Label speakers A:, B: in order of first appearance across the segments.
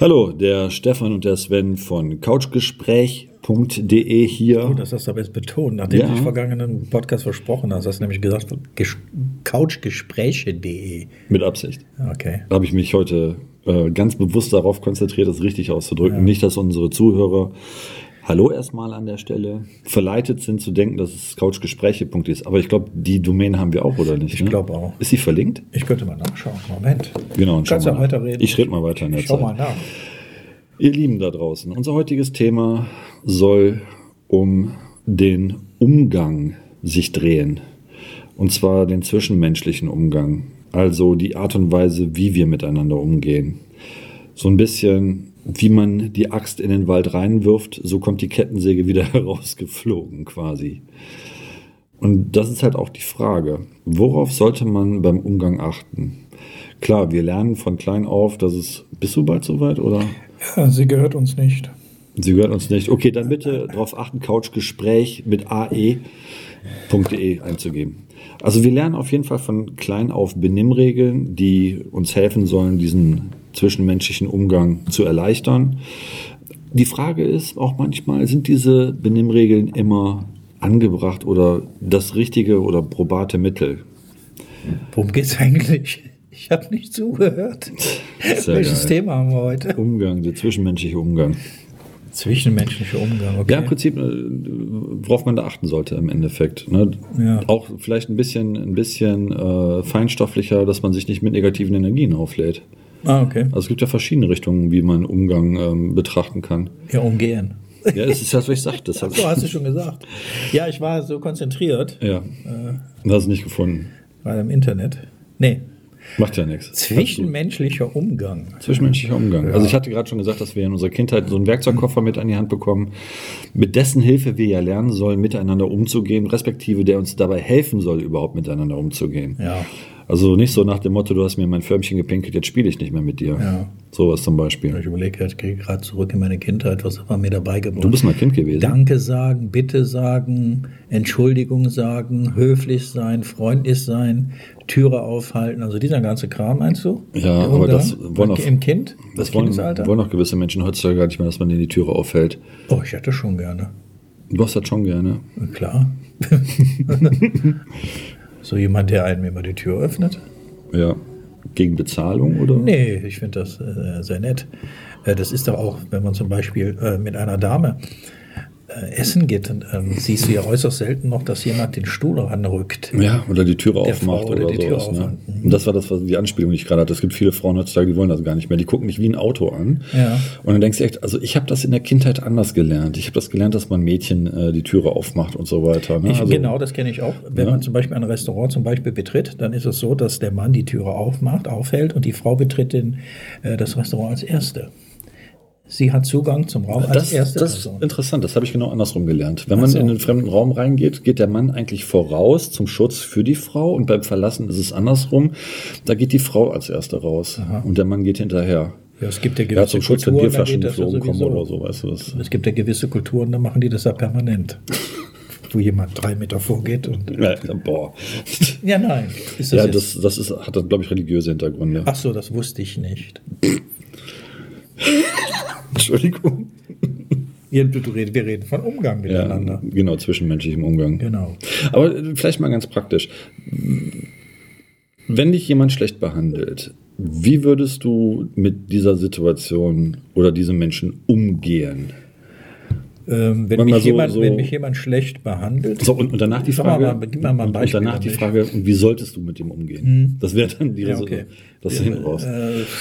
A: Hallo, der Stefan und der Sven von couchgespräch.de hier.
B: Gut, dass das aber jetzt betont, nachdem
A: Ja.
B: du dich vergangenen Podcast versprochen hast. Hast du nämlich gesagt, Gesch- couchgespräche.de.
A: Mit Absicht.
B: E. Okay.
A: Habe ich mich heute äh, ganz bewusst darauf konzentriert, das richtig auszudrücken. Nicht, dass unsere Zuhörer, hallo erstmal an der Stelle, verleitet sind zu denken, dass es couchgespräche.de ist. Aber ich glaube, die Domain haben wir auch, oder nicht? ne?
B: Ich glaube auch.
A: Ist sie verlinkt?
B: Ich könnte mal nachschauen. Moment.
A: Genau. und schau
B: Kannst
A: mal
B: ja
A: nach.
B: weiterreden.
A: Ich rede mal weiter in der
B: Schau
A: Zeit.
B: mal nach.
A: Ihr Lieben da draußen, unser heutiges Thema soll um den Umgang sich drehen. Und zwar den zwischenmenschlichen Umgang. Also die Art und Weise, wie wir miteinander umgehen. So ein bisschen, wie man die Axt in den Wald reinwirft, so kommt die Kettensäge wieder herausgeflogen quasi. Und das ist halt auch die Frage, worauf sollte man beim Umgang achten? Klar, wir lernen von klein auf, dass es... Bist du bald soweit, oder?
B: Ja, sie gehört uns nicht.
A: Sie gehört uns nicht. Okay, dann bitte darauf achten, Couchgespräch mit E ae.de E einzugeben. Also wir lernen auf jeden Fall von klein auf Benimmregeln, die uns helfen sollen, diesen zwischenmenschlichen Umgang zu erleichtern. Die Frage ist auch manchmal, sind diese Benimmregeln immer angebracht oder das richtige oder probate Mittel?
B: Worum geht's eigentlich? Ich habe nicht zugehört.
A: Sehr
B: Welches
A: geil.
B: Thema haben wir heute?
A: Umgang, der zwischenmenschliche Umgang.
B: Zwischenmenschlicher Umgang. Okay.
A: Ja, im Prinzip, äh, worauf man da achten sollte im Endeffekt. Ne?
B: Ja.
A: Auch vielleicht ein bisschen, ein bisschen äh, feinstofflicher, dass man sich nicht mit negativen Energien auflädt.
B: ah, okay.
A: Also es gibt ja verschiedene Richtungen, wie man Umgang ähm, betrachten kann.
B: Ja, umgehen.
A: Ja, es ist das, was ich sagte. Das
B: So hast du schon gesagt. Ja, ich war so konzentriert.
A: ja, das ist nicht gefunden.
B: War im Internet. Nee.
A: Macht ja nichts.
B: Zwischenmenschlicher Umgang.
A: Zwischenmenschlicher Umgang. Also ich hatte gerade schon gesagt, dass wir in unserer Kindheit so einen Werkzeugkoffer mit an die Hand bekommen, mit dessen Hilfe wir ja lernen sollen, miteinander umzugehen, respektive der uns dabei helfen soll, überhaupt miteinander umzugehen.
B: Ja.
A: Also nicht so nach dem Motto, du hast mir mein Förmchen gepinkelt, jetzt spiele ich nicht mehr mit dir.
B: Ja.
A: Sowas zum Beispiel.
B: Ich überlege gerade, ich gehe gerade zurück in meine Kindheit, was hat man mir dabei gebracht?
A: Du bist mal Kind gewesen.
B: Danke sagen, Bitte sagen, Entschuldigung sagen, höflich sein, freundlich sein, Türe aufhalten, also dieser ganze Kram, meinst du?
A: Ja,
B: Der
A: aber
B: Umgang
A: das wollen auch-
B: Im Kind?
A: Das
B: Im
A: wollen,
B: Kindesalter?
A: wollen auch gewisse Menschen heutzutage gar nicht mehr, dass man denen die Türe auffällt.
B: Oh, ich hätte schon gerne.
A: Du hast das schon gerne.
B: Klar. so jemand, der einem immer die Tür öffnet?
A: Ja. Gegen Bezahlung oder?
B: Nee, ich finde das äh, sehr nett. Äh, das ist doch auch, wenn man zum Beispiel äh, mit einer Dame äh, essen geht, dann ähm, siehst du ja äußerst selten noch, dass jemand den Stuhl ranrückt.
A: Ja, oder die Türe
B: Frau
A: aufmacht
B: oder
A: oder,
B: die Tür
A: sowas. Ne?
B: aufmacht. Mhm.
A: Und das war das, was die Anspielung, die ich gerade hatte. Es gibt viele Frauen heutzutage, die wollen das gar nicht mehr. Die gucken mich wie ein Auto an.
B: Ja.
A: Und dann denkst du echt, also ich habe das in der Kindheit anders gelernt. Ich habe das gelernt, dass man Mädchen äh, die Türe aufmacht und so weiter. Ne?
B: Ich,
A: also,
B: genau, das kenne ich auch. Wenn
A: Ja.
B: man zum Beispiel ein Restaurant zum Beispiel betritt, dann ist es so, dass der Mann die Türe aufmacht, aufhält und die Frau betritt den, äh, das Restaurant als Erste. Sie hat Zugang zum Raum als
A: Das,
B: erste
A: das ist
B: Person.
A: interessant, das habe ich genau andersrum gelernt. Wenn man
B: so.
A: in den fremden Raum reingeht, geht der Mann eigentlich voraus zum Schutz für die Frau und beim Verlassen ist es andersrum. Da geht die Frau als Erste raus und der Mann geht hinterher.
B: Ja, es gibt ja
A: Ja, zum Schutz, wenn
B: Kulturen, da
A: Bierflaschen
B: geht das ja
A: geflogen kommen
B: sowieso.
A: oder so, weißt du das.
B: Es gibt ja gewisse Kulturen, da machen die das ja permanent. Wo jemand drei Meter vorgeht und.
A: Ja, boah.
B: Ja, nein. Ist das
A: Ja,
B: jetzt-
A: das, das ist, hat, glaube ich, religiöse Hintergründe.
B: Ach so, das wusste ich nicht.
A: Entschuldigung.
B: Wir du red- wir reden von Umgang
A: Ja,
B: miteinander.
A: genau, zwischenmenschlichem Umgang.
B: Genau.
A: Aber äh, vielleicht mal ganz praktisch. Wenn dich jemand schlecht behandelt, wie würdest du mit dieser Situation oder diesem Menschen umgehen?
B: Ähm, wenn,
A: Wenn man
B: mich
A: so-
B: jemand,
A: so-
B: wenn mich jemand schlecht behandelt,
A: So, und, und danach die
B: Sag mal,
A: Frage,
B: mal, gib mal mal ein
A: und
B: Beispiel
A: danach die
B: damit.
A: Frage, und wie solltest du mit ihm umgehen? Das wäre dann die
B: Ja, äh,
A: Resu-
B: okay.
A: das hinten raus.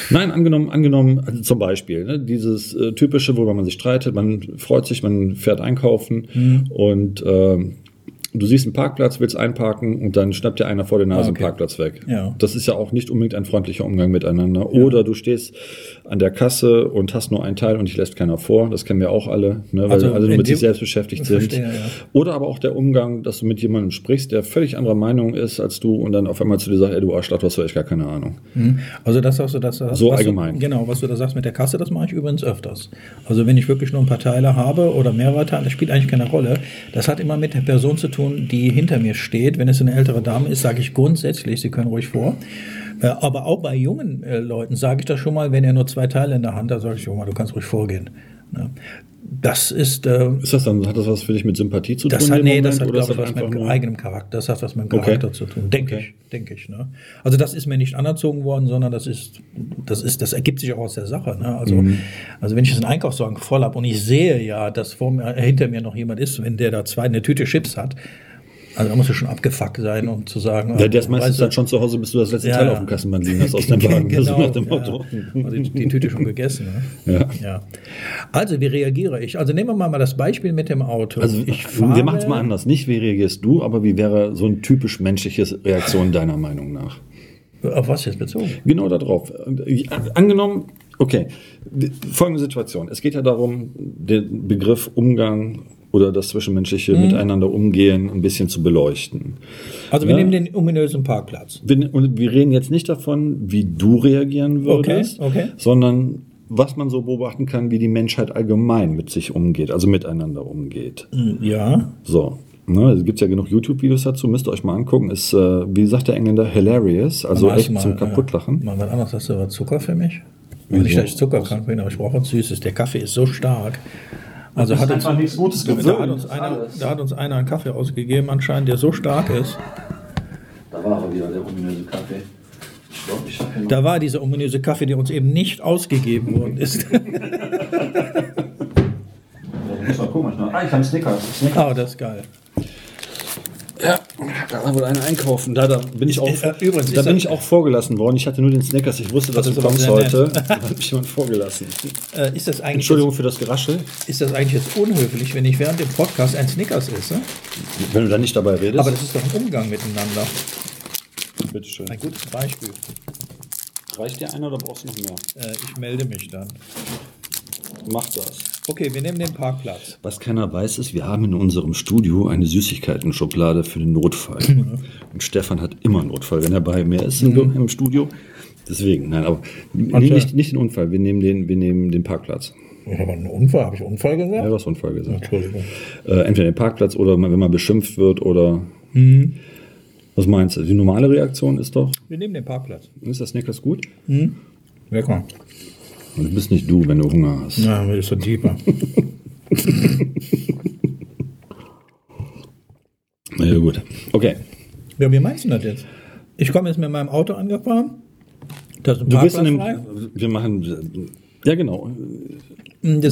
A: Nein, angenommen, angenommen, also zum Beispiel, ne, dieses äh, typische, worüber man sich streitet, man freut sich, man fährt einkaufen
B: Hm.
A: und ähm, du siehst einen Parkplatz, willst einparken und dann schnappt dir einer vor der Nase
B: Ah, okay.
A: den Parkplatz weg.
B: Ja.
A: Das ist ja auch nicht unbedingt ein freundlicher Umgang miteinander. Oder du stehst an der Kasse und hast nur ein Teil und dich lässt keiner vor. Das kennen wir auch alle, ne, weil
B: Also
A: alle nur
B: in
A: mit
B: dem-
A: sich selbst beschäftigt sind.
B: Verstehe, ja.
A: Oder aber auch der Umgang, dass du mit jemandem sprichst, der völlig anderer Meinung ist als du und dann auf einmal zu dir sagt, ey du Arschloch, du hast doch echt gar keine Ahnung.
B: also das hast du das was
A: So
B: du-
A: allgemein.
B: genau, was du da sagst mit der Kasse, das mache ich übrigens öfters. Also wenn ich wirklich nur ein paar Teile habe oder mehrere Teile, das spielt eigentlich keine Rolle. Das hat immer mit der Person zu tun, die hinter mir steht. Wenn es eine ältere Dame ist, sage ich grundsätzlich, Sie können ruhig vor. Äh, aber auch bei jungen äh, Leuten sage ich das schon mal, wenn er nur zwei Teile in der Hand hat, sage ich schon mal, du kannst ruhig vorgehen. Ne? Das ist, äh,
A: Ist das dann, hat das was für dich mit Sympathie zu
B: das
A: tun?
B: hat,
A: in
B: nee,
A: dem
B: das hat,
A: Moment, oder
B: glaube
A: ist
B: ich, was mit
A: einfach
B: dem
A: nur-
B: eigenen Charakter, das hat was mit dem
A: Okay.
B: Charakter zu tun, denke
A: Okay.
B: ich, denke ich. Ne? Also das ist mir nicht anerzogen worden, sondern das ist, das ist, das ergibt sich auch aus der Sache. Ne? Also,
A: Mhm.
B: also wenn ich jetzt einen Einkaufswagen voll habe und ich sehe ja, dass vor mir, äh, hinter mir noch jemand ist, wenn der da zwei eine Tüte Chips hat, also da muss ich schon abgefuckt sein, um zu sagen,
A: Ja, der ist meistens
B: weißt du,
A: dann schon zu Hause, bis du das letzte
B: Ja,
A: Teil
B: ja.
A: auf dem Kassenband liegen hast aus deinem Wagen.
B: genau,
A: Also nach dem
B: ja.
A: Motto.
B: Also die, die Tüte schon gegessen. Ne?
A: Ja.
B: Also wie reagiere ich? Also nehmen wir mal mal das Beispiel mit dem Auto.
A: Also
B: ich
A: wir machen es mal anders. Nicht, wie reagierst du, aber wie wäre so ein typisch menschliches Reaktion deiner Meinung nach?
B: Auf was jetzt bezogen?
A: Genau darauf. Äh, Angenommen, okay, die- folgende Situation. Es geht ja darum, den Begriff Umgang oder das zwischenmenschliche
B: Mhm.
A: Miteinander umgehen ein bisschen zu beleuchten.
B: Also wir
A: Ja.
B: nehmen den ominösen Parkplatz.
A: Wir, und wir reden jetzt nicht davon, wie du reagieren würdest,
B: Okay, okay.
A: sondern was man so beobachten kann, wie die Menschheit allgemein mit sich umgeht, also miteinander umgeht.
B: Hm, Ja.
A: So. Ne, es gibt ja genug YouTube-Videos dazu, müsst ihr euch mal angucken. Ist, äh, wie sagt der Engländer, hilarious, also echt zum Kaputtlachen.
B: Mal was anderes, hast du was Zucker für mich? Nicht, dass ich zuckerkrank bin, aber ich brauche was Süßes. Der Kaffee ist so stark. Also hat uns,
C: einfach nichts Gutes
B: da, hat
C: gewöhnt.
B: uns einer, da hat uns einer einen Kaffee ausgegeben, anscheinend, der so stark ist.
A: Da war aber wieder der ominöse Kaffee. Ich glaube, ich habe
B: Da war dieser ominöse Kaffee, der uns eben nicht ausgegeben worden ist.
A: Muss mal gucken, ah, ich habe einen Snicker.
B: oh, das ist geil.
A: Ja, da war wohl einer einkaufen. Da, da bin ich auch,
B: äh, übrigens,
A: da
B: ist
A: bin
B: das-
A: ich auch vorgelassen worden. Ich hatte nur den Snickers. Ich wusste, dass
B: Das
A: du
B: ist aber
A: kommst
B: sehr nett.
A: heute. Da hat mich jemand vorgelassen.
B: Äh, ist, das eigentlich
A: Entschuldigung für das Geraschel.
B: jetzt, ist das eigentlich jetzt unhöflich, wenn ich während dem Podcast ein Snickers esse?
A: Wenn du da nicht dabei redest.
B: Aber das ist doch ein Umgang miteinander.
A: bitteschön.
B: Ein gutes Beispiel.
A: Reicht dir einer oder brauchst du noch mehr?
B: Äh, ich melde mich dann.
A: Mach das.
B: Okay, wir nehmen den Parkplatz.
A: Was keiner weiß, ist, wir haben in unserem Studio eine Süßigkeiten-Schublade für den Notfall. Und Stefan hat immer einen Notfall, wenn er bei mir ist im, im Studio. Deswegen, nein, aber nee, nicht, nicht den Unfall, wir nehmen den, wir nehmen den Parkplatz.
B: Aber einen Unfall, habe ich Unfall
A: Ja,
B: gesagt?
A: du hast Unfall gesagt.
B: Entschuldigung.
A: Äh, entweder den Parkplatz oder wenn man beschimpft wird oder.
B: Mhm.
A: Was meinst du? Die normale Reaktion ist doch,
B: Wir nehmen den Parkplatz.
A: ist das Snickers gut?
B: Weg mal.
A: Und du bist nicht du, wenn du Hunger hast.
B: Na, das ist so tiefer.
A: Na ja, gut. Okay.
B: ja, wie meinst du das jetzt? Ich komme jetzt mit meinem Auto angefahren. Das ist ein
A: Du bist in
B: Parkplatz
A: dem.
B: frei.
A: Wir machen. Ja, genau.
B: Das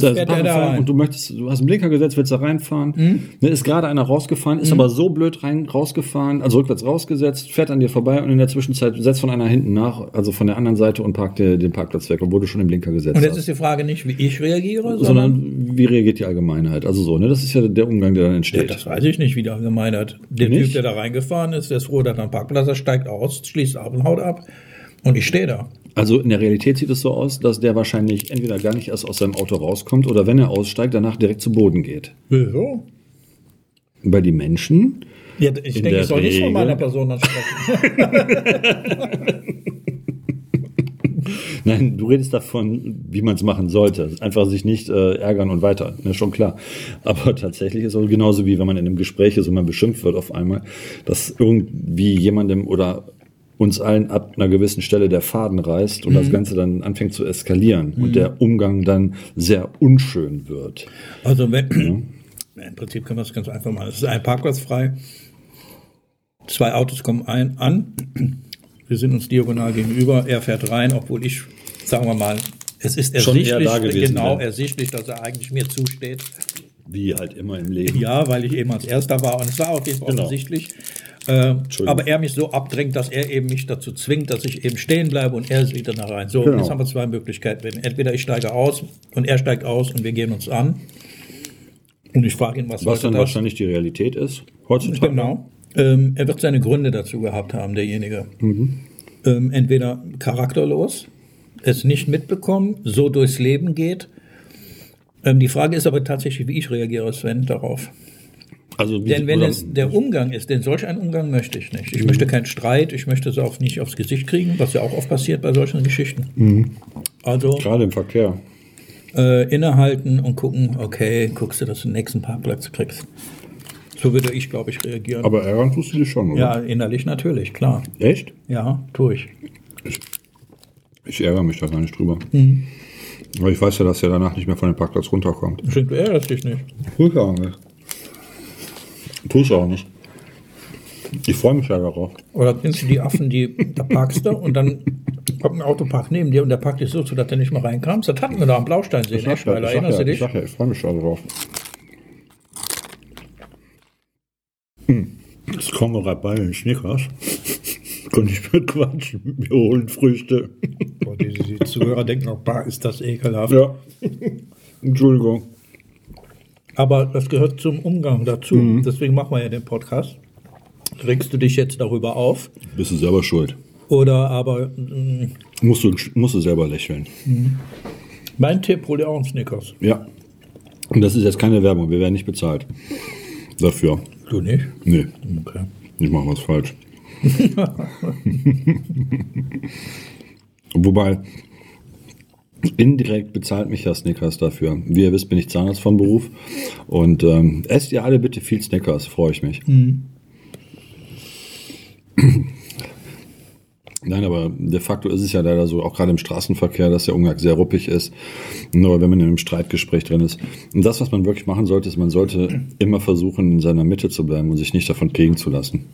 A: Da ist
B: fährt er da
A: Parkenfahren
B: rein. Mhm.
A: und du möchtest, du hast einen Blinker gesetzt, willst da reinfahren. Ne, ist gerade einer rausgefahren, ist aber so blöd rein rausgefahren, also rückwärts rausgesetzt, fährt an dir vorbei und in der Zwischenzeit setzt von einer hinten nach, also von der anderen Seite und parkt dir den Parkplatz weg, obwohl du schon den Blinker gesetzt
B: Und jetzt
A: hast.
B: ist die Frage nicht, wie ich reagiere, sondern,
A: Sondern wie reagiert die Allgemeinheit? Also so, ne? Das ist ja der Umgang, der dann entsteht.
B: das weiß ich nicht, wie der gemeint hat. Der
A: Nicht?
B: Typ, der da reingefahren ist, der ist froh, dass er am Parkplatz ist, steigt aus, schließt ab und haut ab. Und ich stehe da.
A: Also in der Realität sieht es so aus, dass der wahrscheinlich entweder gar nicht erst aus seinem Auto rauskommt oder wenn er aussteigt, danach direkt zu Boden geht.
B: Wieso?
A: Bei die Menschen
B: Ja, ich
A: In
B: denke,
A: der
B: ich soll nicht von
A: Regel-
B: meiner Person dann sprechen.
A: Nein, du redest davon, wie man es machen sollte. Einfach sich nicht äh, ärgern und weiter. Ne, schon klar. Aber tatsächlich ist es genauso wie wenn man in einem Gespräch ist und man beschimpft wird auf einmal, dass irgendwie jemandem oder uns allen ab einer gewissen Stelle der Faden reißt und
B: Mhm.
A: das Ganze dann anfängt zu eskalieren und der Umgang dann sehr unschön wird.
B: Also
A: Mhm.
B: wenn, im Prinzip können wir es ganz einfach machen. Es ist ein Parkplatz frei. Zwei Autos kommen ein, an. Wir sind uns diagonal gegenüber. Er fährt rein, obwohl ich, sagen wir mal, es ist
A: Schon
B: ersichtlich,
A: eher da gewesen
B: genau,
A: wäre.
B: ersichtlich, dass er eigentlich mir zusteht.
A: Wie halt immer im Leben.
B: Ja, weil ich eben als Erster war und es war auf jeden Fall
A: Genau.
B: offensichtlich. Ähm,
A: Entschuldigung.
B: aber er mich so abdrängt, dass er eben mich dazu zwingt, dass ich eben stehen bleibe und er sieht dann da rein. So,
A: Genau.
B: jetzt haben wir zwei Möglichkeiten. Entweder ich steige aus und er steigt aus und wir gehen uns an. Und ich frage ihn, was,
A: Was
B: heute
A: dann
B: das-
A: wahrscheinlich die Realität ist heutzutage.
B: Genau. Ähm, er wird seine Gründe dazu gehabt haben, derjenige.
A: Mhm.
B: Ähm, entweder charakterlos, es nicht mitbekommen, so durchs Leben geht. Ähm, die Frage ist aber tatsächlich, wie ich reagiere, Sven, darauf.
A: Also wie
B: Denn wenn
A: oder-
B: es der Umgang ist, denn solch einen Umgang möchte ich nicht. Ich möchte keinen Streit, ich möchte es auch nicht aufs Gesicht kriegen, was ja auch oft passiert bei solchen Geschichten. Also
A: gerade im Verkehr.
B: äh, innehalten und gucken, okay, guckst du, dass du den nächsten Parkplatz kriegst. So würde ich, glaube ich, reagieren.
A: Aber ärgern tust du dich schon, oder?
B: ja, innerlich natürlich, klar.
A: Echt?
B: Ja, tue ich.
A: Ich, ich ärgere mich da gar nicht drüber. Aber ich weiß ja, dass er danach nicht mehr von dem Parkplatz runterkommt.
B: Stimmt, du ärgerst dich nicht.
A: Tue ich auch nicht. Tue ich auch nicht. Ich freue mich ja darauf.
B: Oder kennst du die Affen, die da parkst du und dann kommt ein Autopark neben dir und der parkt dich so zu, dass du nicht mehr reinkamst? Das hatten wir da am Blausteinsee, ne,
A: sag ja,
B: Schweiler?
A: ich, sag
B: Erinnerst
A: ja,
B: du
A: ich,
B: dich?
A: sag ja, ich freue mich da drauf. Hm. Jetzt kommen wir gerade bei den Snickers. Könnte ich mit quatschen. Wir holen Früchte.
B: Boah, die, die Zuhörer denken auch, bah, ist das ekelhaft.
A: Ja. Entschuldigung.
B: Aber das gehört zum Umgang dazu.
A: Mhm.
B: Deswegen machen wir ja den Podcast. Regst du dich jetzt darüber auf?
A: Bist du selber schuld.
B: Oder aber mm, mh,
A: Musst du, musst du selber lächeln.
B: mein Tipp, hol dir auch einen Snickers.
A: Ja. Und das ist jetzt keine Werbung. Wir werden nicht bezahlt. Dafür.
B: Du nicht?
A: Nee,
B: Okay.
A: ich mache was falsch. Wobei, indirekt bezahlt mich ja Snickers dafür. Wie ihr wisst, bin ich Zahnarzt von Beruf. Und ähm, esst ihr alle bitte viel Snickers, freue ich mich. Nein, aber de facto ist es ja leider so, auch gerade im Straßenverkehr, dass der Umgang sehr ruppig ist, nur wenn man in einem Streitgespräch drin ist. Und das, was man wirklich machen sollte, ist, man sollte immer versuchen, in seiner Mitte zu bleiben und sich nicht davon kriegen zu lassen.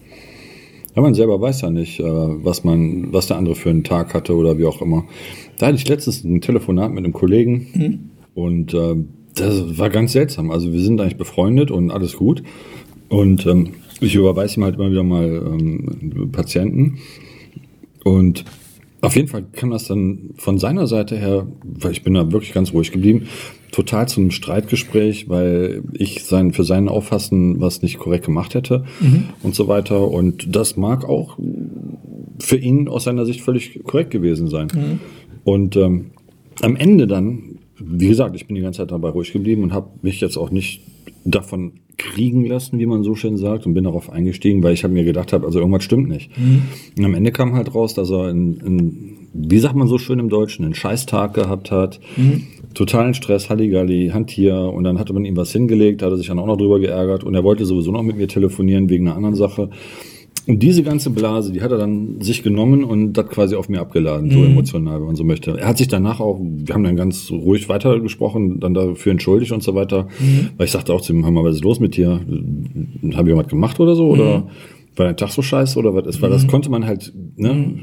A: Ja, man selber weiß ja nicht, äh, was man, was der andere für einen Tag hatte oder wie auch immer. Da hatte ich letztens ein Telefonat mit einem Kollegen und äh, das war ganz seltsam. Also wir sind eigentlich befreundet und alles gut. Und ähm, ich überweise ihm halt immer wieder mal ähm, Patienten. Und auf jeden Fall kam das dann von seiner Seite her, weil ich bin da wirklich ganz ruhig geblieben, total zum Streitgespräch, weil ich sein, für seinen Auffassen was nicht korrekt gemacht hätte und so weiter. Und das mag auch für ihn aus seiner Sicht völlig korrekt gewesen sein. Und ähm, am Ende dann, wie gesagt, ich bin die ganze Zeit dabei ruhig geblieben und habe mich jetzt auch nicht davon kriegen lassen, wie man so schön sagt, und bin darauf eingestiegen, weil ich hab mir gedacht habe, also irgendwas stimmt nicht. Und am Ende kam halt raus, dass er, in, in, wie sagt man so schön im Deutschen, einen Scheißtag gehabt hat, totalen Stress, Halligalli, Hand hier, und dann hatte man ihm was hingelegt, da hat er sich dann auch noch drüber geärgert, und er wollte sowieso noch mit mir telefonieren wegen einer anderen Sache. Und diese ganze Blase, die hat er dann sich genommen und das quasi auf mir abgeladen, so emotional, wenn man so möchte. Er hat sich danach auch, wir haben dann ganz ruhig weitergesprochen, dann dafür entschuldigt und so weiter. Weil ich sagte auch zu ihm, hör mal, was ist los mit dir? Hab ich was gemacht oder so? Oder war dein Tag so scheiße oder was ist? Weil das konnte man halt, ne?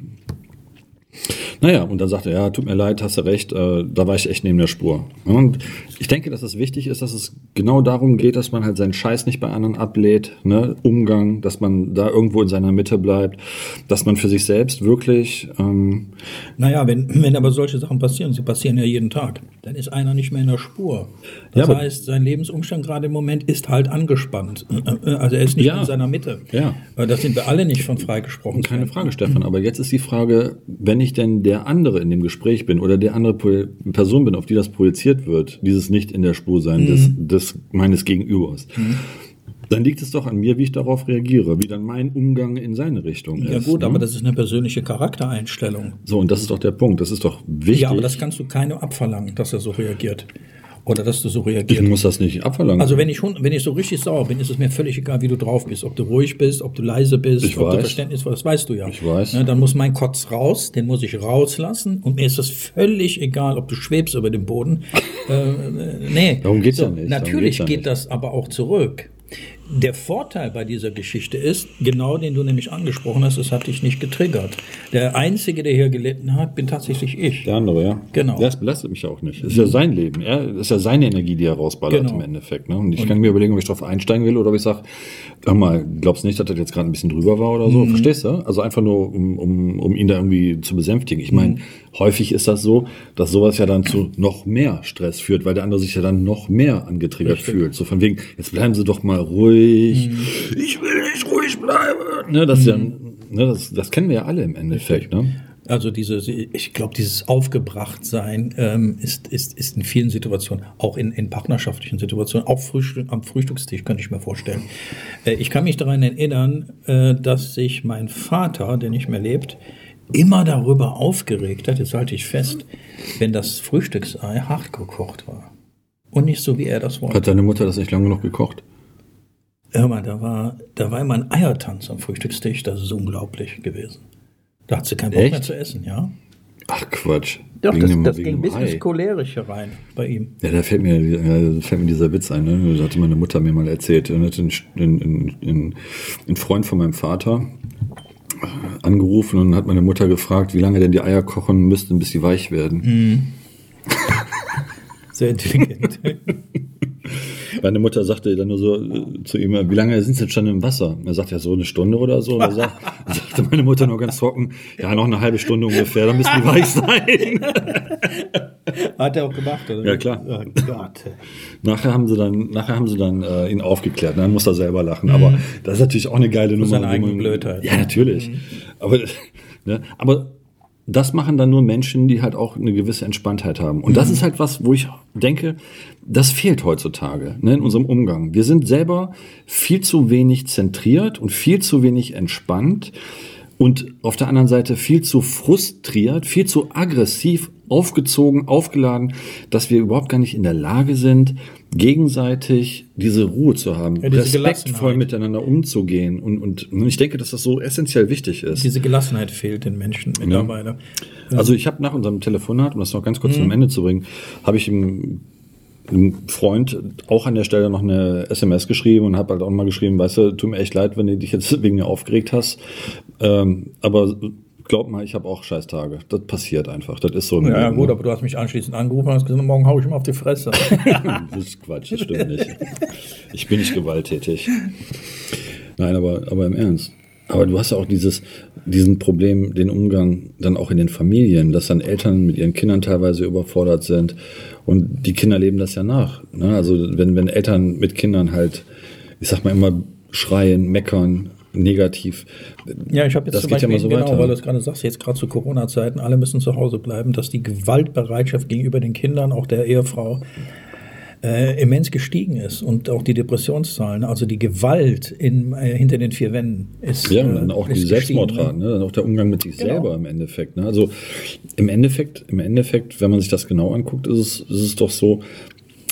A: Naja, und dann sagte er, ja, tut mir leid, hast du recht, äh, da war ich echt neben der Spur. Und ich denke, dass es wichtig ist, dass es genau darum geht, dass man halt seinen Scheiß nicht bei anderen ablädt, ne? Umgang, dass man da irgendwo in seiner Mitte bleibt, dass man für sich selbst wirklich, ähm,
B: Naja, wenn, wenn aber solche Sachen passieren, sie passieren ja jeden Tag, dann ist einer nicht mehr in der Spur. Das
A: Ja, aber-
B: heißt, sein Lebensumstand gerade im Moment ist halt angespannt. Äh, äh, Also er ist nicht
A: Ja.
B: in seiner Mitte.
A: Ja.
B: Äh, Das sind wir alle nicht von freigesprochen.
A: keine Frage, Stefan, aber jetzt ist die Frage, wenn ich denn der andere in dem Gespräch bin oder der andere Pro Person bin, auf die das projiziert wird, dieses nicht in der Spur sein des,
B: Mhm.
A: des meines Gegenübers. Dann liegt es doch an mir, wie ich darauf reagiere, wie dann mein Umgang in seine Richtung ist.
B: Ja gut,
A: ne?
B: aber das ist eine persönliche Charaktereinstellung.
A: So, und das ist doch der Punkt. Das ist doch wichtig.
B: Ja, aber das kannst du keinem abverlangen, dass er so reagiert. Oder dass du so
A: ich
B: reagierst.
A: muss das nicht abverlangen.
B: Also wenn ich, hund- wenn ich so richtig sauer bin, ist es mir völlig egal, wie du drauf bist. Ob du ruhig bist, ob du leise bist,
A: Ich
B: ob du
A: weiß.
B: verständnisvoll bist, das weißt du ja.
A: Ich weiß.
B: Ne, dann muss mein Kotz raus, den muss ich rauslassen. Und mir ist es völlig egal, ob du schwebst über dem Boden. äh, äh, nee.
A: Darum geht's ja nicht. Darum geht's
B: Natürlich
A: ja
B: geht
A: nicht.
B: das aber auch zurück. Der Vorteil bei dieser Geschichte ist, genau den du nämlich angesprochen hast, es hat dich nicht getriggert. Der Einzige, der hier gelitten hat, bin tatsächlich ich.
A: der andere, ja.
B: Genau.
A: Das belastet mich ja auch nicht. Das ist ja sein Leben. Er das ist ja seine Energie, die er rausballert
B: Genau.
A: im Endeffekt. Ne? Und ich kann mir überlegen, ob ich darauf einsteigen will oder ob ich sage, hör mal, glaubst du nicht, dass das jetzt gerade ein bisschen drüber war oder so?
B: Mhm.
A: Verstehst du? Also einfach nur, um, um, um ihn da irgendwie zu besänftigen. Ich meine,
B: Mhm.
A: häufig ist das so, dass sowas ja dann zu noch mehr Stress führt, weil der andere sich ja dann noch mehr angetriggert fühlt. So von wegen, jetzt bleiben Sie doch mal ruhig.
B: Mhm.
A: Ich will nicht ruhig bleiben. Ne, das, ist ja, ne, das, das kennen wir ja alle im Endeffekt. Ne?
B: Also diese, ich glaube, dieses Aufgebrachtsein ähm, ist, ist, ist in vielen Situationen, auch in, in partnerschaftlichen Situationen, auch Frühstück, am Frühstückstisch könnte ich mir vorstellen. Äh, ich kann mich daran erinnern, äh, dass sich mein Vater, der nicht mehr lebt, immer darüber aufgeregt hat, jetzt halte ich fest, wenn das Frühstücksei hart gekocht war. Und nicht so, wie er das wollte.
A: Hat deine Mutter das nicht lange genug gekocht?
B: Hör mal, da war, da war immer ein Eiertanz am Frühstückstisch, das ist unglaublich gewesen. Da hat sie keinen Bock mehr
A: Echt?
B: zu essen, ja.
A: Ach Quatsch.
B: Doch,
A: Wegen
B: das,
A: dem-
B: das
A: wegen
B: ging
A: dem
B: bis
A: Ei.
B: ins Cholerische rein bei ihm.
A: Ja, da fällt mir, ja, da fällt mir dieser Witz ein. Ne? Das hatte meine Mutter mir mal erzählt. ne, Dann hatte ein, ein, ein, ein, ein Freund von meinem Vater äh, angerufen und hat meine Mutter gefragt, wie lange denn die Eier kochen müssten, bis sie weich
B: Hm.
A: werden.
B: Sehr intelligent.
A: Meine Mutter sagte dann nur so äh, zu ihm, wie lange sind sie denn schon im Wasser? Und Er sagt ja so eine Stunde oder so. Und da sagt, sagte meine Mutter nur ganz trocken, ja, noch eine halbe Stunde ungefähr, dann müssen die weich sein.
B: hat er auch gemacht, oder?
A: Ja, klar.
B: Oh Gott.
A: Nachher haben sie dann, nachher haben sie dann äh, ihn aufgeklärt. Dann muss er selber lachen. Aber das ist natürlich auch eine geile Nummer.
B: Mhm. seine
A: wo
B: eigene
A: man-
B: Blödheit.
A: Ja,
B: Mhm.
A: natürlich. Aber, ne, aber das machen dann nur Menschen, die halt auch eine gewisse Entspanntheit haben. Und
B: Mhm.
A: das ist halt was, wo ich denke, das fehlt heutzutage ne, in unserem Umgang. Wir sind selber viel zu wenig zentriert und viel zu wenig entspannt und auf der anderen Seite viel zu frustriert, viel zu aggressiv, aufgezogen, aufgeladen, dass wir überhaupt gar nicht in der Lage sind, gegenseitig diese Ruhe zu haben,
B: Ja, diese
A: respektvoll
B: Gelassenheit.
A: miteinander umzugehen. Und, und ich denke, dass das so essentiell wichtig ist.
B: Diese Gelassenheit fehlt den Menschen
A: Mhm.
B: mittlerweile.
A: Also ich habe nach unserem Telefonat, um das noch ganz kurz
B: Mhm.
A: zum Ende zu bringen, habe ich ihm einem Freund auch an der Stelle noch eine SMS geschrieben und habe halt auch mal geschrieben, weißt du, tut mir echt leid, wenn du dich jetzt wegen mir aufgeregt hast, ähm, aber glaub mal, ich habe auch Scheißtage. Das passiert einfach. Das ist so ein
B: Ja, ja, gut, aber du hast mich anschließend angerufen und hast gesagt, morgen hau ich ihm auf die Fresse.
A: Das ist Quatsch, das stimmt nicht. Ich bin nicht gewalttätig. Nein, aber, aber im Ernst. Aber du hast ja auch dieses, diesen Problem, den Umgang dann auch in den Familien, dass dann Eltern mit ihren Kindern teilweise überfordert sind und die Kinder leben das ja nach. Ne? Also wenn, wenn Eltern mit Kindern halt, ich sag mal immer, schreien, meckern, negativ.
B: Ja, ich habe jetzt
A: Das geht ja immer so
B: genau,
A: weiter.
B: weil du es gerade sagst, jetzt gerade zu Corona-Zeiten, alle müssen zu Hause bleiben, dass die Gewaltbereitschaft gegenüber den Kindern, auch der Ehefrau, äh, immens gestiegen ist und auch die Depressionszahlen, also die Gewalt in, äh, hinter den vier Wänden ist.
A: Ja,
B: äh,
A: und dann auch die
B: ist gestiegen,
A: Selbstmordraten, ne? dann auch der Umgang mit sich
B: Genau.
A: selber im Endeffekt. Ne? Also im Endeffekt, im Endeffekt, wenn man sich das genau anguckt, ist es, ist es doch so,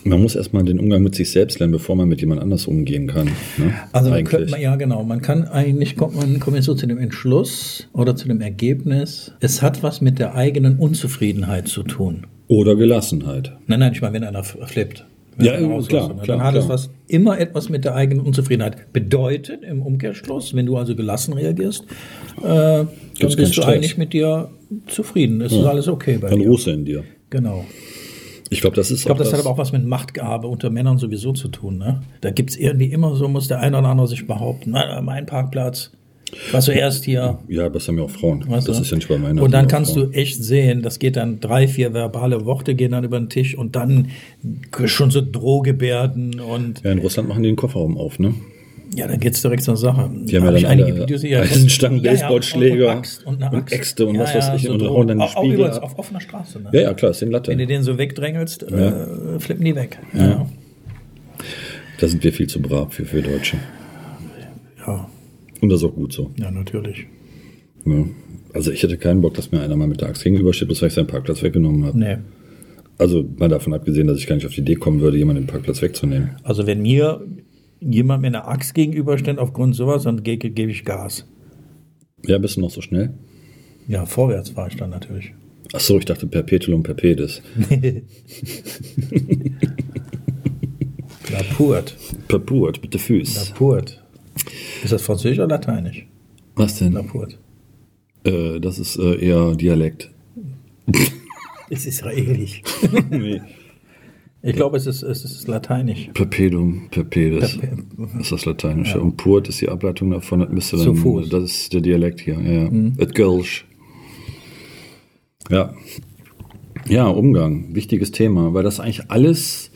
A: man muss erstmal den Umgang mit sich selbst lernen, bevor man mit jemand anders umgehen kann. Ne?
B: Also man
A: Eigentlich.
B: könnte, man- ja genau, man kann eigentlich, kommt man, kommt jetzt so zu dem Entschluss oder zu dem Ergebnis, es hat was mit der eigenen Unzufriedenheit zu tun.
A: Oder Gelassenheit.
B: Nein, nein, ich meine, wenn einer f- flippt. Wenn
A: Ja,
B: einer
A: ja,
B: ausläuft,
A: klar,
B: ne,
A: klar,
B: Dann hat es
A: klar.
B: was, immer etwas mit der eigenen Unzufriedenheit. Bedeutet im Umkehrschluss, wenn du also gelassen reagierst, äh, dann
A: Gibt's
B: bist
A: keinen
B: du
A: Stress.
B: eigentlich mit dir zufrieden. Es ist alles okay bei
A: Dann
B: dir.
A: Ruße in dir.
B: Genau.
A: Ich glaube, das ist
B: Ich glaube, das, hat aber auch was mit Machtgabe unter Männern sowieso zu tun. Ne? Da gibt es irgendwie immer so, muss der eine oder andere sich behaupten, na, na, mein Parkplatz, war zuerst hier.
A: Ja, das haben ja auch Frauen.
B: Weißt
A: das
B: du?
A: ist ja nicht bei meiner.
B: Und dann kannst du echt sehen, das geht dann drei, vier verbale Worte gehen dann über den Tisch und dann schon so Drohgebärden und
A: Ja, in Russland machen die den Kofferraum auf, ne?
B: ja, dann geht's direkt zur Sache.
A: Die haben ja
B: Hab ich
A: dann
B: einige
A: alle
B: Videos hier-
A: Eisenstangen,
B: Ja, ja,
A: Baseballschläger
B: und, Axt und, eine
A: und
B: Axt.
A: Äxte und was weiß ich und
B: Droh-
A: hauen dann die
B: auch, auch
A: Spiegel
B: übrigens
A: ab.
B: auf offener Straße. Ne?
A: Ja, ja, klar, ist den Latte.
B: Wenn du den so wegdrängelst, äh, flippen die weg. Ja. ja.
A: Da sind wir viel zu brav für, für Deutsche. Und das ist auch gut so.
B: Ja, natürlich.
A: Ja. Also ich hätte keinen Bock, dass mir einer mal mit der Axt gegenübersteht, bloß weil ich seinen Parkplatz weggenommen habe.
B: Nee.
A: Also mal davon abgesehen, dass ich gar nicht auf die Idee kommen würde, jemanden den Parkplatz wegzunehmen.
B: Also wenn mir jemand mit einer Axt gegenübersteht aufgrund sowas, dann ge ge gebe ich Gas.
A: Ja, bist du noch so schnell?
B: Ja, vorwärts fahre ich dann natürlich.
A: Ach so, ich dachte Perpetuum perpedes.
B: Lapurt.
A: Perpurt, bitte Füß.
B: Lapurt. Ist das Französisch oder Lateinisch?
A: Was denn?
B: Lapurt.
A: Äh, das ist äh, eher Dialekt.
B: Ist israelisch.
A: nee.
B: Ich glaube, es ist, es ist Lateinisch.
A: Perpetuum perpedes.
B: Perpe-
A: Das ist das Lateinische. Und Purt ist die Ableitung davon. Das müsste
B: Zu
A: dann,
B: Fuß.
A: Das ist der Dialekt hier. Ja, ja. Et Gölsch. Ja. Ja, Umgang. Wichtiges Thema, weil das eigentlich alles.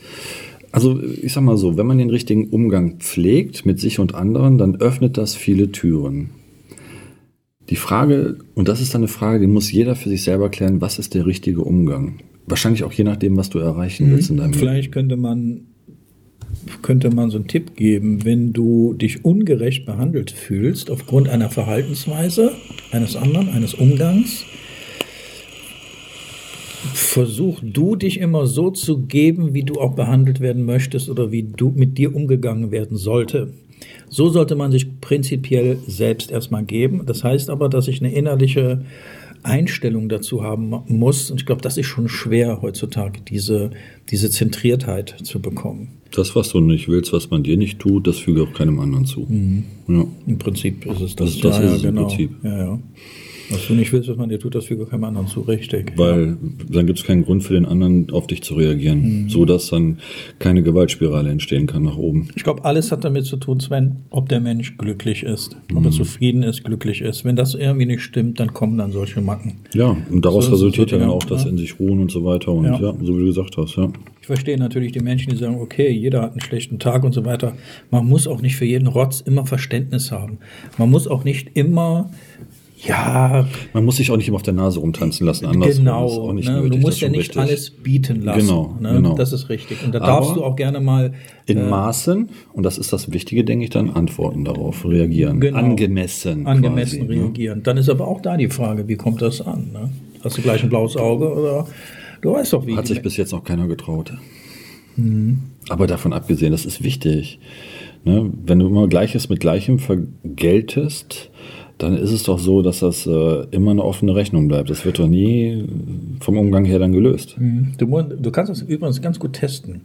A: Also, ich sag mal so, wenn man den richtigen Umgang pflegt mit sich und anderen, dann öffnet das viele Türen. Die Frage, und das ist dann eine Frage, die muss jeder für sich selber klären, was ist der richtige Umgang? Wahrscheinlich auch je nachdem, was du erreichen willst in deinem Leben.
B: Vielleicht könnte man, könnte man so einen Tipp geben, wenn du dich ungerecht behandelt fühlst aufgrund einer Verhaltensweise eines anderen, eines Umgangs, versuch du dich immer so zu geben, wie du auch behandelt werden möchtest oder wie du mit dir umgegangen werden sollte. So sollte man sich prinzipiell selbst erstmal geben. Das heißt aber, dass ich eine innerliche Einstellung dazu haben muss. Und ich glaube, das ist schon schwer heutzutage, diese, diese Zentriertheit zu bekommen.
A: Das, was du nicht willst, was man dir nicht tut, das füge auch keinem anderen zu.
B: Mhm.
A: Ja.
B: Im Prinzip ist es
A: Das
B: das.
A: ist- das ist es im Prinzip.
B: Ja, ja. Was du nicht willst, was man dir tut, das füge keinem anderen zu. Richtig.
A: Weil dann gibt es keinen Grund für den anderen, auf dich zu reagieren,
B: Mhm.
A: sodass dann keine Gewaltspirale entstehen kann nach oben.
B: Ich glaube, alles hat damit zu tun, Sven, ob der Mensch glücklich ist, ob
A: Mhm.
B: er zufrieden ist, glücklich ist. Wenn das irgendwie nicht stimmt, dann kommen dann solche Macken.
A: Ja, und daraus
B: So ist es
A: resultiert ja dann
B: genau,
A: auch das
B: ja.
A: in sich ruhen und so weiter. Und ja,
B: Ja.
A: so wie du gesagt hast, ja.
B: Ich verstehe natürlich die Menschen, die sagen, okay, jeder hat einen schlechten Tag und so weiter. Man muss auch nicht für jeden Rotz immer Verständnis haben. Man muss auch nicht immer, ja,
A: Man muss sich auch nicht immer auf der Nase rumtanzen lassen, anders ist
B: genau.
A: auch nicht
B: ne?
A: nötig.
B: du
A: das
B: musst
A: ist
B: ja
A: schon
B: nicht
A: richtig.
B: alles bieten lassen.
A: Genau,
B: ne?
A: genau.
B: Das ist richtig. Und da
A: Aber
B: darfst du auch gerne mal
A: In Maßen, und das ist das Wichtige, denke ich, dann antworten darauf, reagieren.
B: Genau.
A: Angemessen.
B: angemessen
A: quasi, ne?
B: reagieren. Dann ist aber auch da die Frage, wie kommt das an? Ne? Hast du gleich ein blaues Auge oder du weißt doch, wie. Mhm.
A: Hat
B: die
A: sich bis jetzt noch keiner getraut. Aber davon abgesehen, das ist wichtig. Ne? Wenn du immer Gleiches mit Gleichem vergeltest, dann ist es doch so, dass das äh, immer eine offene Rechnung bleibt. Das wird doch nie äh, vom Umgang her dann gelöst.
B: Mhm. Du, mu- du kannst das übrigens ganz gut testen.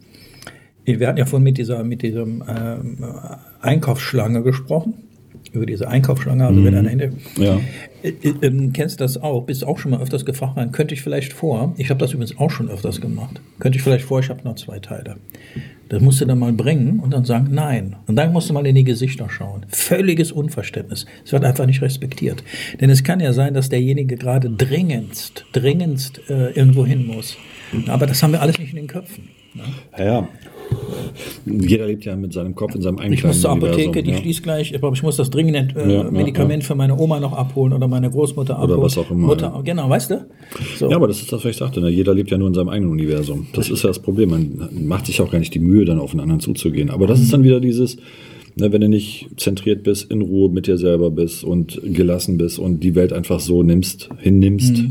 B: Wir hatten ja vorhin mit dieser mit diesem ähm, Einkaufsschlange gesprochen. Über diese Einkaufsschlange, also wenn einer hinter.
A: Ja.
B: Äh, äh, ähm, kennst du das auch? Bist auch schon mal öfters gefragt worden? Könnte ich vielleicht vor, ich habe das übrigens auch schon öfters gemacht, könnte ich vielleicht vor, ich habe noch zwei Teile. Das musst du dann mal bringen und dann sagen, nein. Und dann musst du mal in die Gesichter schauen. Völliges Unverständnis. Es wird einfach nicht respektiert. Denn es kann ja sein, dass derjenige gerade dringendst, dringendst äh, irgendwo hin muss. Aber das haben wir alles nicht in den Köpfen.
A: Ja, ja. Jeder lebt ja mit seinem Kopf in seinem ne? eigenen
B: Ich muss zur
A: kleinen Universum,
B: Apotheke, die
A: ja.
B: schließt gleich, aber ich muss das dringende äh,
A: Ja, ja,
B: Medikament für meine Oma noch abholen oder meine Großmutter abholen.
A: was auch immer,
B: Mutter,
A: ja.
B: Genau, weißt du? So.
A: Ja, aber das ist das, was ich sagte. Ne? Jeder lebt ja nur in seinem eigenen Universum. Das ist ja das Problem. Man macht sich auch gar nicht die Mühe, dann auf den anderen zuzugehen. Aber das ist dann wieder dieses, ne, wenn du nicht zentriert bist, in Ruhe mit dir selber bist und gelassen bist und die Welt einfach so nimmst, hinnimmst,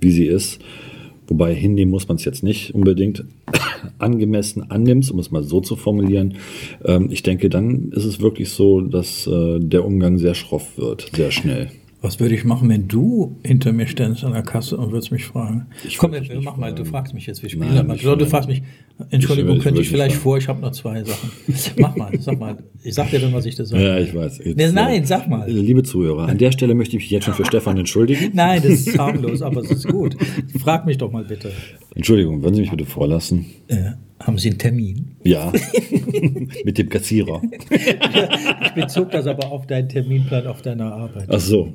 A: wie sie ist. Wobei hinnehmen muss man es jetzt nicht unbedingt angemessen annimmst, um es mal so zu formulieren. Ähm, ich denke, dann ist es wirklich so, dass äh, der Umgang sehr schroff wird, sehr schnell.
B: Was würde ich machen, wenn du hinter mir ständest an der Kasse und würdest mich fragen?
A: Ich
B: Komm,
A: würde dich
B: wir
A: nicht
B: mach mal, du
A: fragen.
B: fragst mich jetzt, wie
A: Nein,
B: Spieler.
A: ich
B: Nein, du
A: würde-
B: fragst mich, Entschuldigung,
A: ich würde
B: könnte ich
A: dich
B: vielleicht
A: fragen.
B: vor, ich habe noch zwei Sachen. Mach mal, sag mal. Ich sag dir dann, was ich dir sage.
A: Ja, ich weiß. äh,
B: Nee, nein, sag mal.
A: Liebe Zuhörer, an der Stelle möchte ich mich jetzt schon für Stefan entschuldigen.
B: Nein, das ist harmlos, aber es ist gut. Frag mich doch mal bitte.
A: Entschuldigung, würden Sie mich bitte vorlassen?
B: Äh, haben Sie einen Termin?
A: Ja. Mit dem Kassierer.
B: Ich bezog das aber auf deinen Terminplan auf deiner Arbeit.
A: Ach so.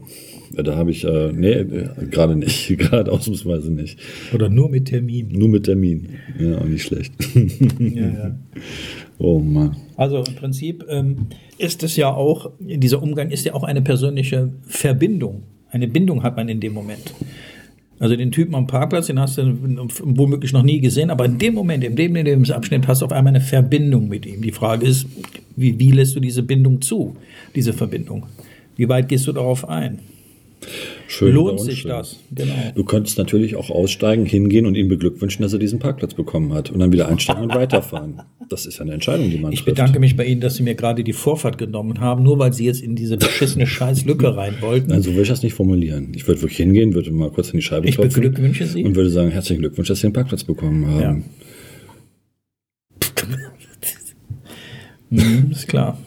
A: Ja, Da habe ich, äh, nee, äh, gerade nicht. Gerade ausnahmsweise nicht.
B: Oder nur mit Termin.
A: Nur mit Termin. Ja, auch nicht schlecht.
B: Ja, ja.
A: Oh Mann.
B: Also im Prinzip ähm, ist es ja auch, dieser Umgang ist ja auch eine persönliche Verbindung. Eine Bindung hat man in dem Moment. Also den Typen am Parkplatz, den hast du womöglich noch nie gesehen, aber in dem Moment, in dem Lebensabschnitt hast du auf einmal eine Verbindung mit ihm. Die Frage ist, wie, wie lässt du diese Bindung zu, diese Verbindung? Wie weit gehst du darauf ein?
A: Schön.
B: Lohnt
A: aber
B: sich
A: unschön.
B: das? Genau.
A: Du könntest natürlich auch aussteigen, hingehen und ihm beglückwünschen, dass er diesen Parkplatz bekommen hat. Und dann wieder einsteigen und weiterfahren. Das ist ja eine Entscheidung, die man
B: Ich
A: trifft.
B: bedanke mich bei Ihnen, dass Sie mir gerade die Vorfahrt genommen haben, nur weil Sie jetzt in diese beschissene Scheißlücke rein wollten.
A: Nein, so will ich das nicht formulieren. Ich würde wirklich hingehen, würde mal kurz in die Scheibe
B: Ich
A: klopfen
B: beglückwünsche Sie.
A: und würde sagen, herzlichen Glückwunsch, dass Sie den Parkplatz bekommen haben.
B: Mhm, ist klar.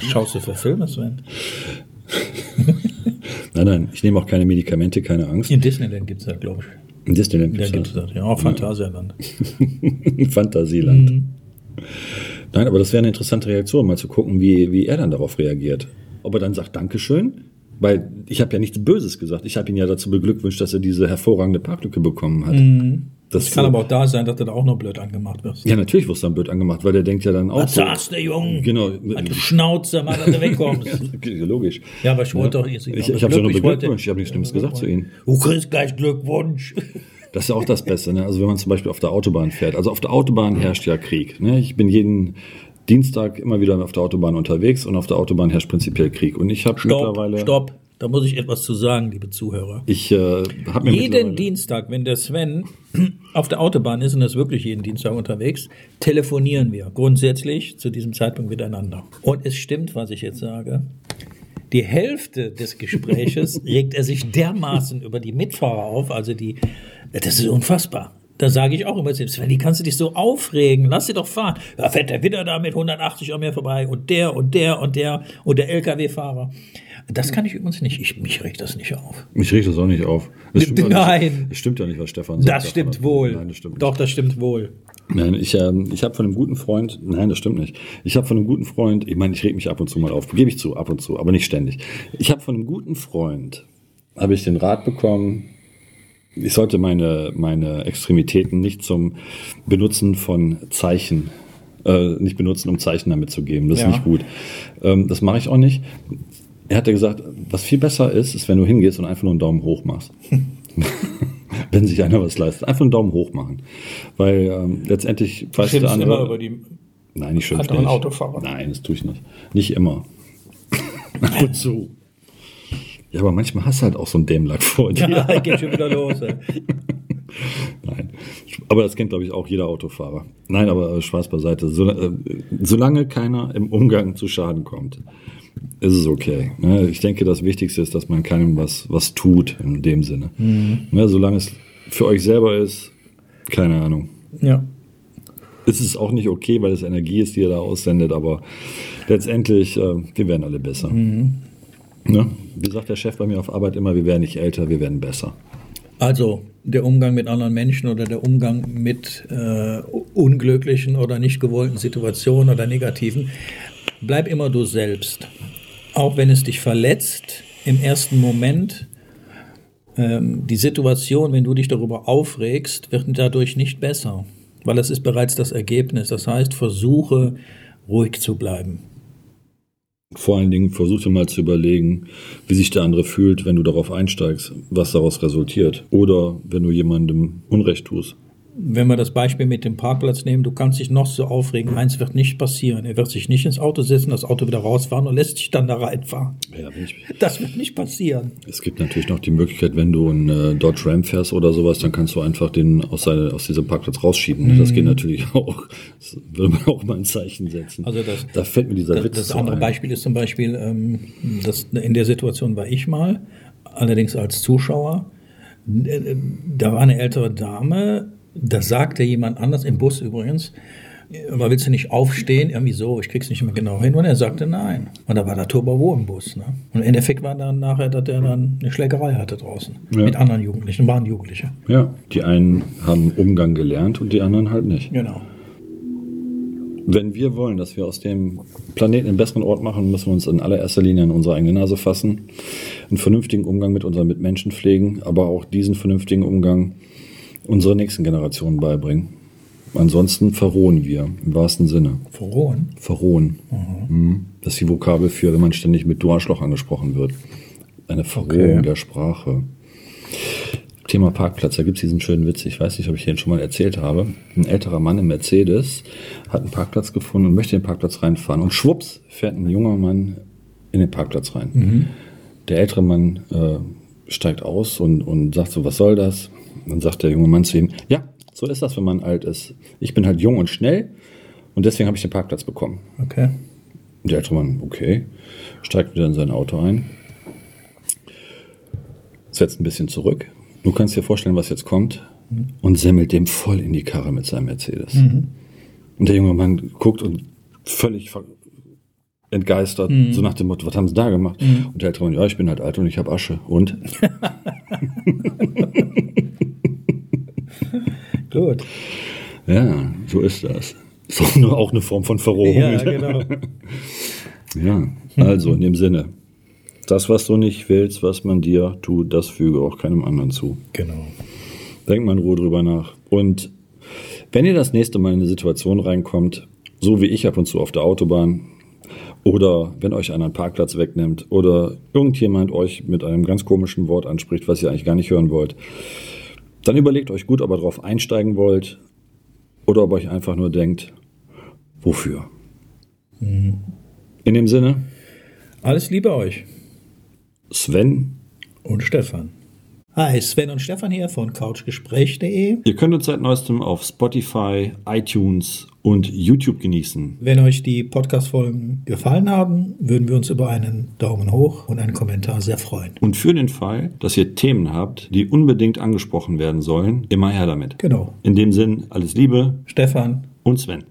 B: Schaust du für Filme, Sven?
A: Nein, nein, ich nehme auch keine Medikamente, keine Angst.
B: In Disneyland gibt es das, glaube ich.
A: In Disneyland
B: Da
A: gibt's
B: gibt es
A: das.
B: das, ja. Auch Phantasialand.
A: Hm. In Fantasieland.
B: Mhm.
A: Nein, aber das wäre eine interessante Reaktion, mal zu gucken, wie, wie er dann darauf reagiert. Ob er dann sagt Dankeschön, weil ich habe ja nichts Böses gesagt. Ich habe ihn ja dazu beglückwünscht, dass er diese hervorragende Parklücke bekommen hat. Das
B: Mhm. Kann aber auch da sein, dass du da auch noch blöd angemacht wirst.
A: ja, natürlich wirst du dann blöd angemacht, weil der denkt ja dann auch
B: Was
A: so.
B: sagst du, Junge?
A: Genau.
B: Halt die Schnauze, mal, dass du wegkommst.
A: Logisch.
B: Ja, aber ich wollte doch jetzt nicht
A: Ich,
B: noch
A: ich habe schon nur
B: Glück- ich wollte-
A: beglückwünscht, ich habe nichts Schlimmes gesagt zu ihm.
B: Du kriegst gleich Glückwunsch.
A: Das ist ja auch das Beste. Ne? Also wenn man zum Beispiel auf der Autobahn fährt. Also auf der Autobahn herrscht ja Krieg. Ne? Ich bin jeden Dienstag immer wieder auf der Autobahn unterwegs und auf der Autobahn herrscht prinzipiell Krieg. Und ich habe
B: Stopp,
A: mittlerweile
B: stopp. Da muss ich etwas zu sagen, liebe Zuhörer.
A: Ich äh, habe mir mittlerweile-
B: Jeden Dienstag, wenn der Sven auf der Autobahn ist und ist wirklich jeden Dienstag unterwegs, telefonieren wir grundsätzlich zu diesem Zeitpunkt miteinander. Und es stimmt, was ich jetzt sage. Die Hälfte des Gespräches regt er sich dermaßen über die Mitfahrer auf, also die, das ist unfassbar. Da sage ich auch immer zu ihm, Sven, wie kannst du dich so aufregen? Lass sie doch fahren. Da fährt der wieder da mit 180 an mir vorbei und der und der und der und der LKW-Fahrer. Das kann ich übrigens nicht. Ich, mich regt das nicht auf.
A: Mich riecht das auch nicht auf. Das stimmt ja
B: Nein.
A: Nicht, das stimmt ja nicht, was Stefan sagt.
B: Das stimmt wohl.
A: Nein, das stimmt
B: Doch, das stimmt wohl.
A: Nein, ich, ähm, ich habe von einem guten Freund, nein, das stimmt nicht. Ich habe von einem guten Freund, ich meine, ich reg mich ab und zu mal auf, gebe ich zu, ab und zu, aber nicht ständig. Ich habe von einem guten Freund, habe ich den Rat bekommen, ich sollte meine, meine Extremitäten nicht zum Benutzen von Zeichen, äh, nicht benutzen, um Zeichen damit zu geben. Das
B: Ja.
A: ist nicht gut. Ähm, das mache ich auch nicht. Er hat ja gesagt, was viel besser ist, ist, wenn du hingehst und einfach nur einen Daumen hoch machst wenn sich einer was leistet. Einfach einen Daumen hoch machen. Weil ähm, letztendlich weiß der
B: Schimpfst
A: andere.
B: immer über die.
A: Nein, ich schimpfe
B: anderen
A: nicht.
B: Autofahrer.
A: Nein, das tue ich nicht. Nicht immer. Ab und zu. Ja, aber manchmal hast du halt auch so einen Dämmlack vor dir.
B: Ja, geht schon wieder los. ey.
A: Nein. Aber das kennt, glaube ich, auch jeder Autofahrer. Nein, aber äh, Spaß beiseite. So, äh, solange keiner im Umgang zu Schaden kommt, ist es okay. Ne? Ich denke, das Wichtigste ist, dass man keinem was, was tut, in dem Sinne.
B: Mhm.
A: Ne? Solange es für euch selber ist, keine Ahnung.
B: Ja.
A: Es ist auch nicht okay, weil es Energie ist, die ihr da aussendet, aber letztendlich, äh, wir werden alle besser. Ne? Wie sagt der Chef bei mir auf Arbeit immer, wir werden nicht älter, wir werden besser.
B: Also der Umgang mit anderen Menschen oder der Umgang mit äh, unglücklichen oder nicht gewollten Situationen oder negativen, bleib immer du selbst. Auch wenn es dich verletzt, im ersten Moment, ähm, die Situation, wenn du dich darüber aufregst, wird dadurch nicht besser, weil das ist bereits das Ergebnis. Das heißt, versuche ruhig zu bleiben.
A: Vor allen Dingen versuch dir mal zu überlegen, wie sich der andere fühlt, wenn du darauf einsteigst, was daraus resultiert. Oder wenn du jemandem Unrecht tust.
B: Wenn wir das Beispiel mit dem Parkplatz nehmen, du kannst dich noch so aufregen, eins wird nicht passieren. Er wird sich nicht ins Auto setzen, das Auto wieder rausfahren und lässt sich dann da reinfahren.
A: Ja, bin ich-
B: Das wird nicht passieren.
A: es gibt natürlich noch die Möglichkeit, wenn du einen äh, Dodge Ram fährst oder sowas, dann kannst du einfach den aus, seine, aus diesem Parkplatz rausschieben. ne?
B: Mhm.
A: Das geht natürlich auch. Das würde man auch mal ein Zeichen setzen.
B: Also das-
A: da fällt mir dieser
B: Das,
A: Witz
B: Äh, das
A: so
B: andere
A: ein.
B: Beispiel ist zum Beispiel, ähm, das, in der Situation war ich mal, allerdings als Zuschauer. Äh, Da war eine ältere Dame, da sagte jemand anders, im Bus übrigens, äh, aber willst du nicht aufstehen? Irgendwie so, ich krieg's nicht mehr genau hin. Und er sagte nein. Und da war der Turbo im Bus. Ne? Und im Endeffekt war dann nachher, dass er dann eine Schlägerei hatte draußen.
A: Ja.
B: Mit anderen Jugendlichen, waren Jugendliche.
A: Ja, die einen haben Umgang gelernt und die anderen halt nicht.
B: Genau.
A: Wenn wir wollen, dass wir aus dem Planeten einen besseren Ort machen, müssen wir uns in allererster Linie an unsere eigene Nase fassen, einen vernünftigen Umgang mit unseren Mitmenschen pflegen, aber auch diesen vernünftigen Umgang unserer nächsten Generation beibringen. Ansonsten verrohen wir, im wahrsten Sinne.
B: Verrohen.
A: Verrohen. Mhm. Das ist die Vokabel für, wenn man ständig mit Du Arschloch angesprochen wird. Eine Verrohung
B: Okay.
A: der Sprache. Thema Parkplatz, da gibt's diesen schönen Witz, ich weiß nicht, ob ich den schon mal erzählt habe. Ein älterer Mann im Mercedes hat einen Parkplatz gefunden und möchte in den Parkplatz reinfahren. Und schwupps fährt ein junger Mann in den Parkplatz rein. Der ältere Mann äh, steigt aus und, und sagt so, was soll das? Dann sagt der junge Mann zu ihm, ja, so ist das, wenn man alt ist. Ich bin halt jung und schnell und deswegen habe ich den Parkplatz bekommen.
B: Okay.
A: Und der ältere Mann, okay, steigt wieder in sein Auto ein, setzt ein bisschen zurück. Du kannst dir vorstellen, was jetzt kommt und semmelt dem voll in die Karre mit seinem Mercedes.
B: Mhm.
A: Und der junge Mann guckt und völlig ver- entgeistert,
B: Mhm.
A: so nach dem Motto, was haben sie da gemacht? Und der ältere Mann, ja, ich bin halt alt und ich habe Asche. Und?
B: Gut.
A: Ja, so ist das. Ist auch nur auch eine Form von Verrohung.
B: Ja, genau.
A: Ja, also in dem Sinne. Das, was du nicht willst, was man dir tut, das füge auch keinem anderen zu.
B: genau.
A: Denkt mal in Ruhe drüber nach. Und wenn ihr das nächste Mal in eine Situation reinkommt, so wie ich ab und zu auf der Autobahn, oder wenn euch einer einen Parkplatz wegnimmt, oder irgendjemand euch mit einem ganz komischen Wort anspricht, was ihr eigentlich gar nicht hören wollt, dann überlegt euch gut, ob ihr drauf einsteigen wollt, oder ob ihr euch einfach nur denkt, wofür? In dem Sinne,
B: Alles Liebe euch.
A: Sven.
B: Und Stefan. Hi, Sven und Stefan hier von couchgespräch.de.
A: Ihr könnt uns seit neuestem auf Spotify, iTunes und YouTube genießen.
B: Wenn euch die Podcast-Folgen gefallen haben, würden wir uns über einen Daumen hoch und einen Kommentar sehr freuen.
A: Und für den Fall, dass ihr Themen habt, die unbedingt angesprochen werden sollen, immer her damit.
B: Genau.
A: In dem Sinn, alles Liebe
B: Stefan,
A: und Sven.